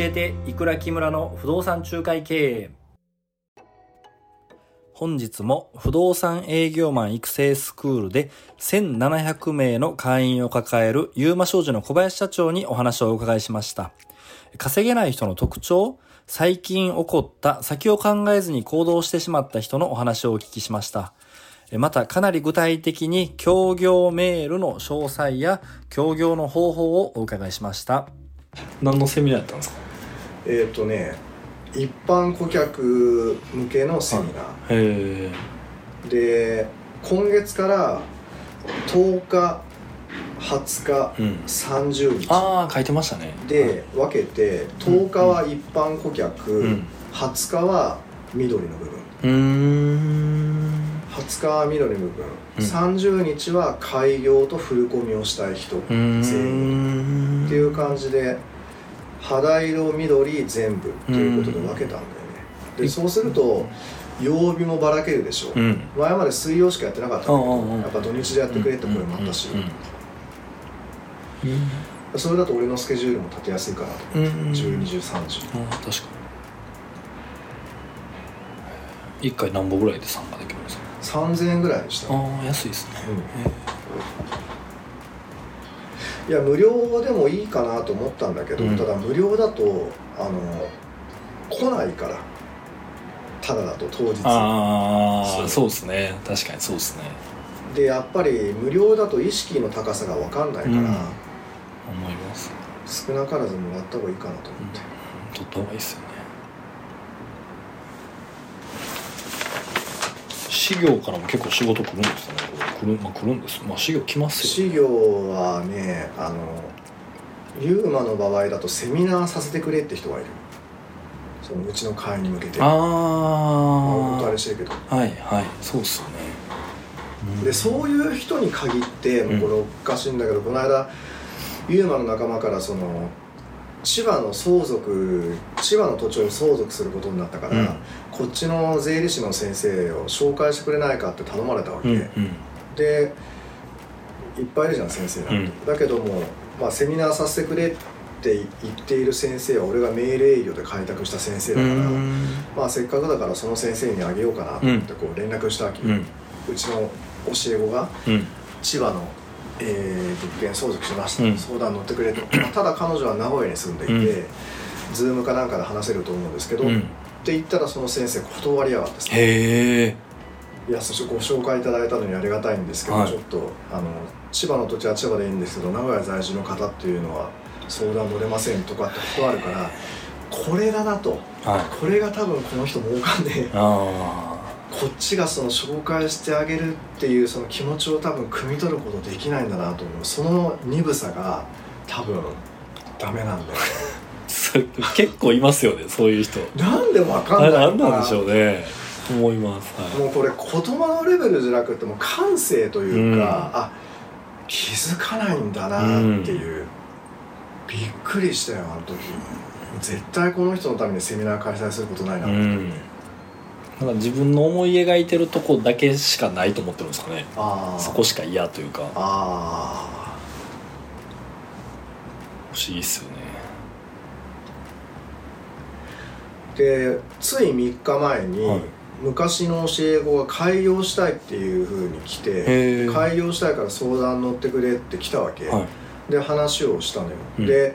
えていくら木村の不動産仲介経営本日も不動産営業マン育成スクールで1700名の会員を抱えるユーマ商事の小林社長にお話をお伺いしました稼げない人の特徴最近起こった先を考えずに行動してしまった人のお話をお聞きしましたえまたかなり具体的に協業メールの詳細や協業の方法をお伺いしました何のセミナーやったんですかえっ、とね一般顧客向けのセミナー、へで今月から10日20日、えうん30日ああ書いてましたねで分けて10日は一般顧客、うん20日は緑の部分うーん20日は緑の部分、うん30日は開業とフルコミをしたい人っうてーんいう感じで肌色緑全部っていうことで分けたんだよねでそうすると曜日もばらけるでしょ、うん前まで水曜しかやってなかったんだけどうんうんうんやっぱ土日でやってくれって声もあったし、うんうんそれだと俺のスケジュールも立てやすいかなとうん思って、うん12時3時あ確かに1回何本ぐらいで参加できるんですか3000円ぐらいでした、うん、ああ安いですねいや無料でもいいかなと思ったんだけど、うんただ無料だとあの来ないからただだと当日あそあうそうですね確かにそうですねでやっぱり無料だと意識の高さが分かんないから、うん思います少なからずもらった方がいいかなと思って、取った方がいいっすよね資料からも結構仕事来るんですねこれ来る,、まあ、来るんですまあ資料来ますよ資料はねあのユーマの場合だとセミナーさせてくれって人がいるそのうちの会員に向けてあまああお断はりしてるけどいはいそうっすよね、うんでそういう人に限ってもうこれおかしいんだけど、この間ユーマの仲間からその千葉の相続千葉の土地を相続することになったから、うんこっちの税理士の先生を紹介してくれないかって頼まれたわけ、うんうんでいっぱいいるじゃん先生なんて、うんだけども、まあ、セミナーさせてくれって言っている先生は俺が命令営業で開拓した先生だうから、んまあ、せっかくだからその先生にあげようかなと思ってこう連絡したわけ、ううんちの教え子がうん千葉の、えー物件相続しました、うん相談乗ってく れと、まあただ彼女は名古屋に住んでいて、ズームかなんかで話せると思うんですけど、うっんて言ったらその先生断りやがってさへえいやそしてご紹介いただいたのにありがたいんですけど、はいちょっとあの千葉の土地は千葉でいいんですけど名古屋在住の方っていうのは相談乗れませんとかってことあるからこれだなとはいこれが多分この人儲かんであこっちがその紹介してあげるっていうその気持ちを多分汲み取ることできないんだなと思うその鈍さが多分ダメなんだよあそれ結構いますよねそういう人 なんでわかあんれない何のかなんでしょうね思いますはもうこれ言葉のレベルじゃなくてもう感性というか、うんあ気づかないんだなっていう、びっくりしたよあの時絶対この人のためにセミナー開催することないな、いうんなんか自分の思い描いてるとこだけしかないと思ってるんですかねああそこしか嫌というか不あ思議っすよねあでつい3日前に、はい昔の教え子が開業したいっていうふうに来てへ開業したいから相談乗ってくれって来たわけ、はで話をしたのよ、うんで、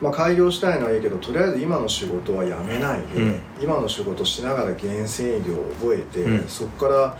まあ、開業したいのはいいけどとりあえず今の仕事はやめないで、うん今の仕事しながら原生業を覚えて、うんそこから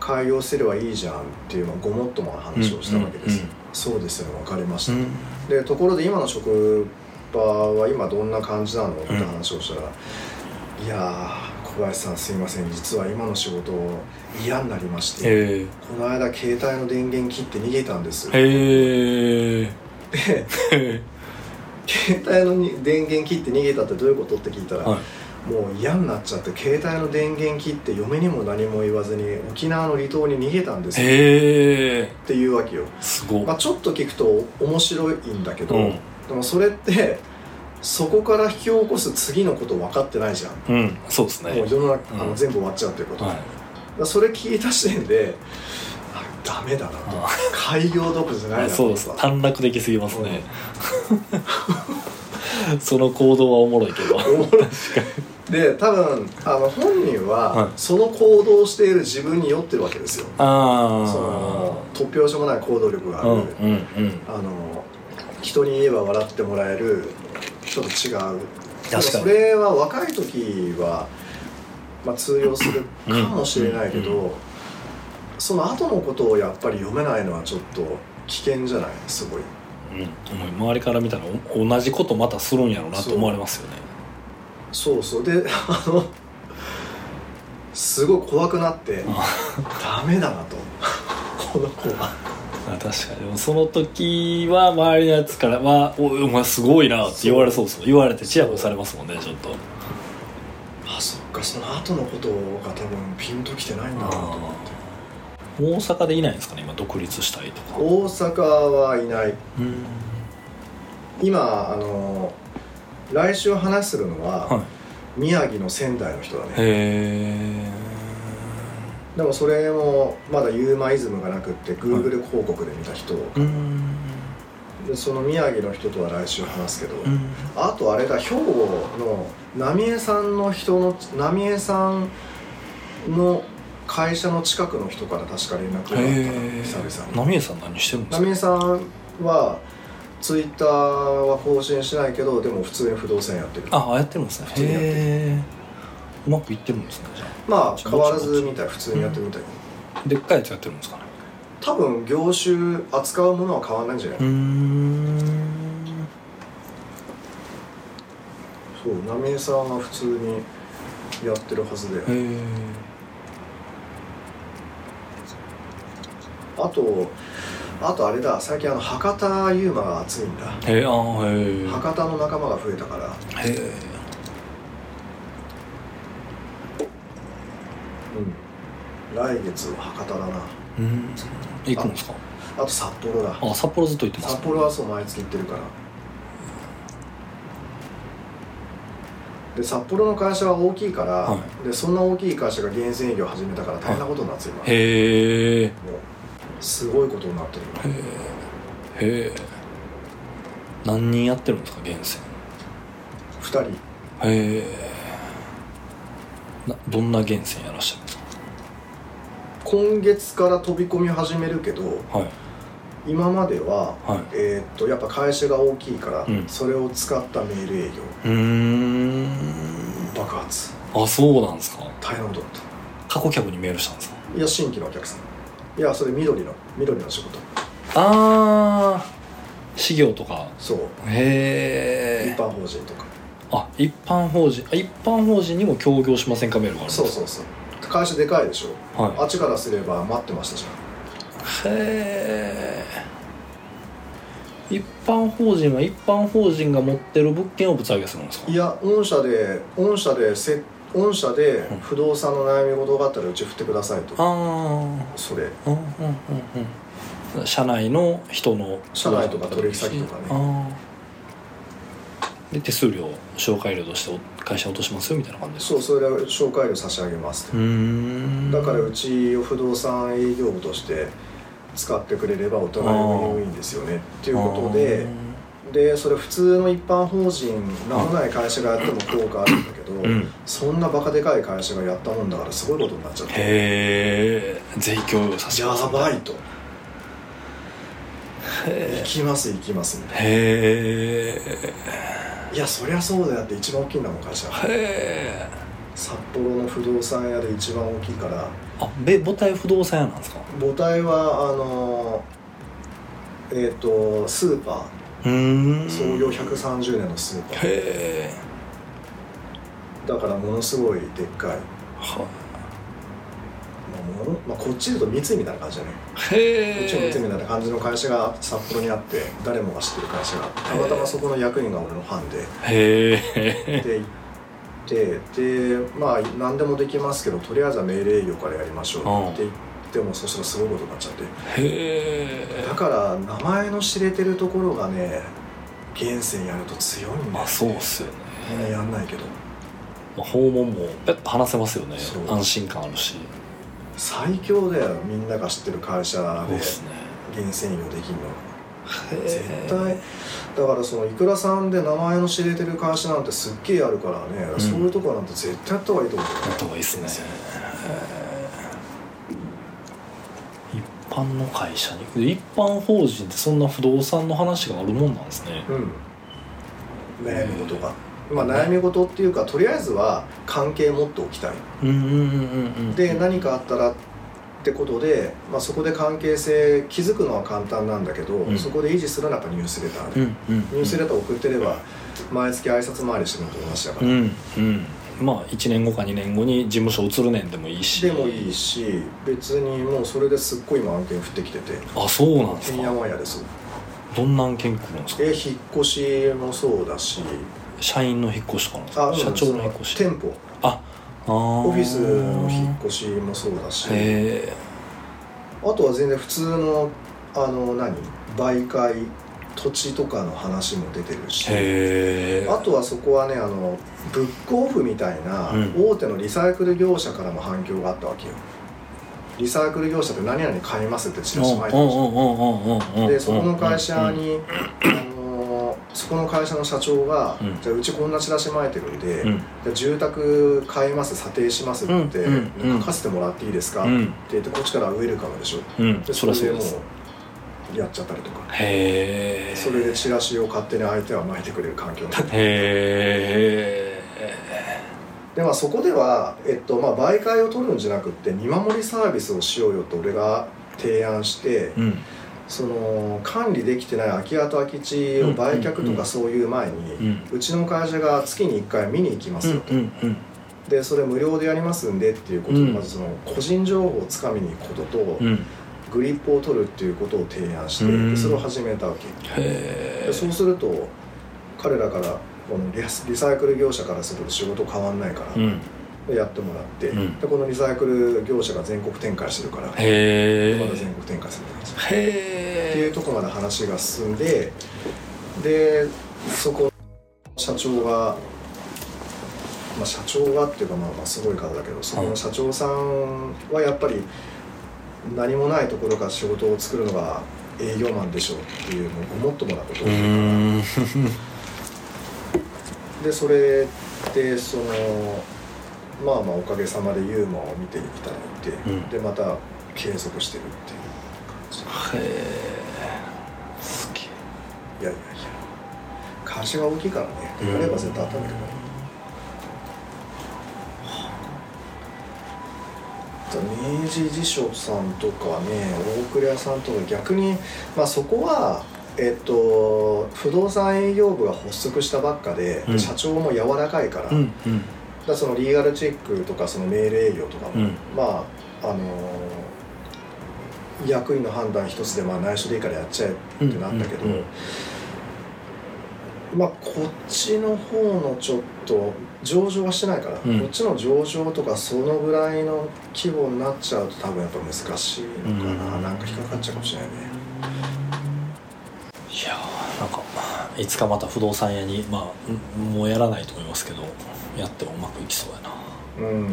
開業すればいいじゃんっていう、まあ、ごもっともな話をしたわけです、うんうんそうですよね分かりましいた、でところで今の職場は今どんな感じなのって話をしたら、いやー小林さんすいません実は今の仕事嫌になりまして、へえこの間携帯の電源切って逃げたんですへえで携帯のに電源切って逃げたってどういうことって聞いたら、 はもう嫌になっちゃって携帯の電源切って嫁にも何も言わずに沖縄の離島に逃げたんでいすよへえっていうわけよ、すごまあ、ちょっと聞くと面白いんだけど、うんでもそれってそこから引き起こす次のこと分かってないじゃんうんそうですねもう世の中、あうのん全部終わっちゃうっていうこと、はいだからそれ聞いた時点であダメだなとあ 開業どころじゃないな そうです短絡できすぎますね、その行動はおもろいけどおもろいで多分あの本人はいはその行動をしている自分に酔ってるわけですよ、ああその突拍子もない行動力がある、うんうんうんあの人に言えば笑ってもらえるちょっと違うでもそにれは若い時は、まあ、通用するかもしれないけど、うんその後のことをやっぱり読めないのはちょっと危険じゃないすごいうん、お前周りから見たらお同じことまたするんやろうなと思われますよねそうそうであのすごい怖くなってダメだなとこの子はあ確かにでもその時は周りのやつからは「おお前すごいな」って言われそうですもん言われてチヤホヤされますもんねちょっとあそっかその後のことが多分ピンときてないんだなと思って大阪でいないんですかね今独立したいとか大阪はいないうん今あの来週話するのは、はい宮城の仙台の人だねへでもそれもまだユーマイズムがなくって Google 広告で見た人、えうんでその宮城の人とは来週話すけど、うんあとあれだ兵庫の浪江さんの人の浪江さんの会社の近くの人から確か連絡があへえった久々に浪江さん何してるんですか浪江さんはツイッターは更新してないけどでも普通に不動産やってるああやってるんですね普通にやってへるえうまくいってるんですねじゃまあ変わらずみたい普通にやってるみたい、あでっかいやつやってるんですかね多分業種扱うものは変わらないんじゃない、んそう浪江さんは普通にやってるはずで、へえあとあとあれだ最近あの博多ユーマが熱いんだへえああへえ博多の仲間が増えたからへえうん来月は博多だなうん行くんですかあと札幌だあ札幌ずっと行ってます札幌はそう毎月行ってるからで札幌の会社は大きいから、はでそんな大きい会社が源泉営業始めたから大変なことになってる今、へえへもうすごいことになってる今え何人やってるんですか厳選2人へえなどんな厳選やらしてるんです今月から飛び込み始めるけどかはい今までは、はいえーっとやっぱ会社が大きいから、うんそれを使ったメール営業うーん爆発あそうなんですか大変なことだった過去客にメールしたんですかいや新規のお客さんいやそれ緑の緑の仕事ああ資料とかそう一へえ般法人とかあ一般法人あ一般法人にも協業しませんかメールがあるんですそうそうそう会社でかいでしょうはいあっちからすれば待ってましたじゃへえ一般法人は一般法人が持ってる物件をぶつ上げするんですかんいや御社で御社でせ御社でうん不動産の悩み事があったらうち振ってくださいあとあそれうんうんうんうん社内の人の社内とか取引先とかねああで手数料紹介料としてお会社落としますよみたいな感じですかそうそれで紹介料差し上げますうーんだからうちを不動産営業部として使ってくれればお互いウィンウィンですよねっていうことででそれ普通の一般法人名もない会社がやっても効果あるんだけど、あーうんそんなバカでかい会社がやったもんだからすごいことになっちゃってへえ税金させやますばいと行へきます行きますみたいえへえないやそりゃそうだよって一番大きいんだもん会社へえ札幌の不動産屋で一番大きいからあべ母体不動産屋なんですか母体はあのえっ、とスーパうーーん創業130年のスーパーへえだからものすごいでっかい、はまあものまあ、こっちで言うと三井みたいな感じだねこっちの三へ井みえたいな感じの会社が札幌にあって誰もが知ってる会社があってたまたまそこの役員が俺のファンでへえで行ってでまあ何でもできますけどとりあえずは命令営業からやりましょうんうって言ってもそしたらすごいことになっちゃってへえだから名前の知れてるところがね源泉やると強いんだまよあそうっすよみんなね、やんないけどまあ、訪問もペッと話せますよねそう安心感あるし最強だよみんなが知ってる会社そうでっすね源泉営業できるの絶対だからそのいくらさんで名前の知れてる会社なんてすっげえあるからね、んそういうとこなんて絶対やった方がいいと思うやった方がいいですね一般の会社に一般法人ってそんな不動産の話があるもんなんですねうん悩み事が、まあ、悩み事っていうかとりあえずは関係持っておきたいうんうんうんうんで何かあったらってことで、まあ、そこで関係性気づくのは簡単なんだけど、んそこで維持するのはやっぱニュースレターで、うんうんニュースレター送ってれば毎月挨拶回りしてるのと同じだから、うんうんまあ1年後か2年後に事務所移るねんでもいいしでもいいし別にもうそれですっごい今案件降ってきててあそうなんですてんやかわんやですどんな案件来るんですかえ引っ越しもそうだし社員の引っ越しとかなんですあかうん社長の引っ越し店舗ああオオフィスの引っ越しもそうだしあへえとは全然普通のあの何媒介土地とかの話も出てるしへえあとはそこはねあのブックオフみたいなうん大手のリサイクル業者からも反響があったわけよリサイクル業者って何々買いますってチラシ巻いてるしでそこの会社にあのそこの会社の社長がうん「じゃあうちこんなチラシ巻いてるんでうんじゃあ住宅買います査定します」って言ってうんうんうん書かせてもらっていいですか?」っうてん言ってこっちからウェルカムでしょうんでそそりゃれそでうもですうやっちゃったりとかへえそれでチラシを勝手に相手は巻いてくれる環境になってへでまあそこでは、えっとまあ、媒介を取るんじゃなくって見守りサービスをしようよと俺が提案して、えうんその管理できてない空き家と空き地を売うんう却とんうんかそういう前に、ううんちの会社が月に1回見に行きますうよんと、うんうんでそれ無料でやりますんでっていうことで、うんまずその個人情報をつかみに行くことと、うんグリップを取るっていうことを提案して、うんでそれを始めたわけ、へでそうすると彼らからこのリリサイクル業者からすると仕事変わんないから、えうんやってもらって、うんでこのリサイクル業者が全国展開してるから、へまだえ全国展開するんですよへっていうとこまで話が進んででそこ社長が、まあ、社長がっていうかまあまあすごい方だけどそこの社長さんはやっぱり何もないところから仕事を作るのが営業マンでしょうっていうのを思ってもらうことうーんでそれでそのまあまあおかげさまでユーモアを見ていただいて、うんでまた継続してるっていう感へえすげえじいやいやいや会社が大きいからねやれば絶対あったんだけど、明治辞書さんとかね大倉屋さんとか逆に、まあ、そこは、えっと、不動産営業部が発足したばっかで、うん社長も柔らかいから,、うだかんうんらそのリーガルチェックとかそのメール営業とかも、うんまああのー役員の判断一つでまあ内緒でいいからやっちゃえってなったけど、うんうんまあ、こっちの方のちょっと上場はしてないから、うんこっちの上場とかそのぐらいの規模になっちゃうと多分やっぱ難しいのかな、うんなんか引っかかっちゃうかもしれないねいやーなんかいつかまた不動産屋にまあんもうやらないと思いますけどやってもうまくいきそうやなうん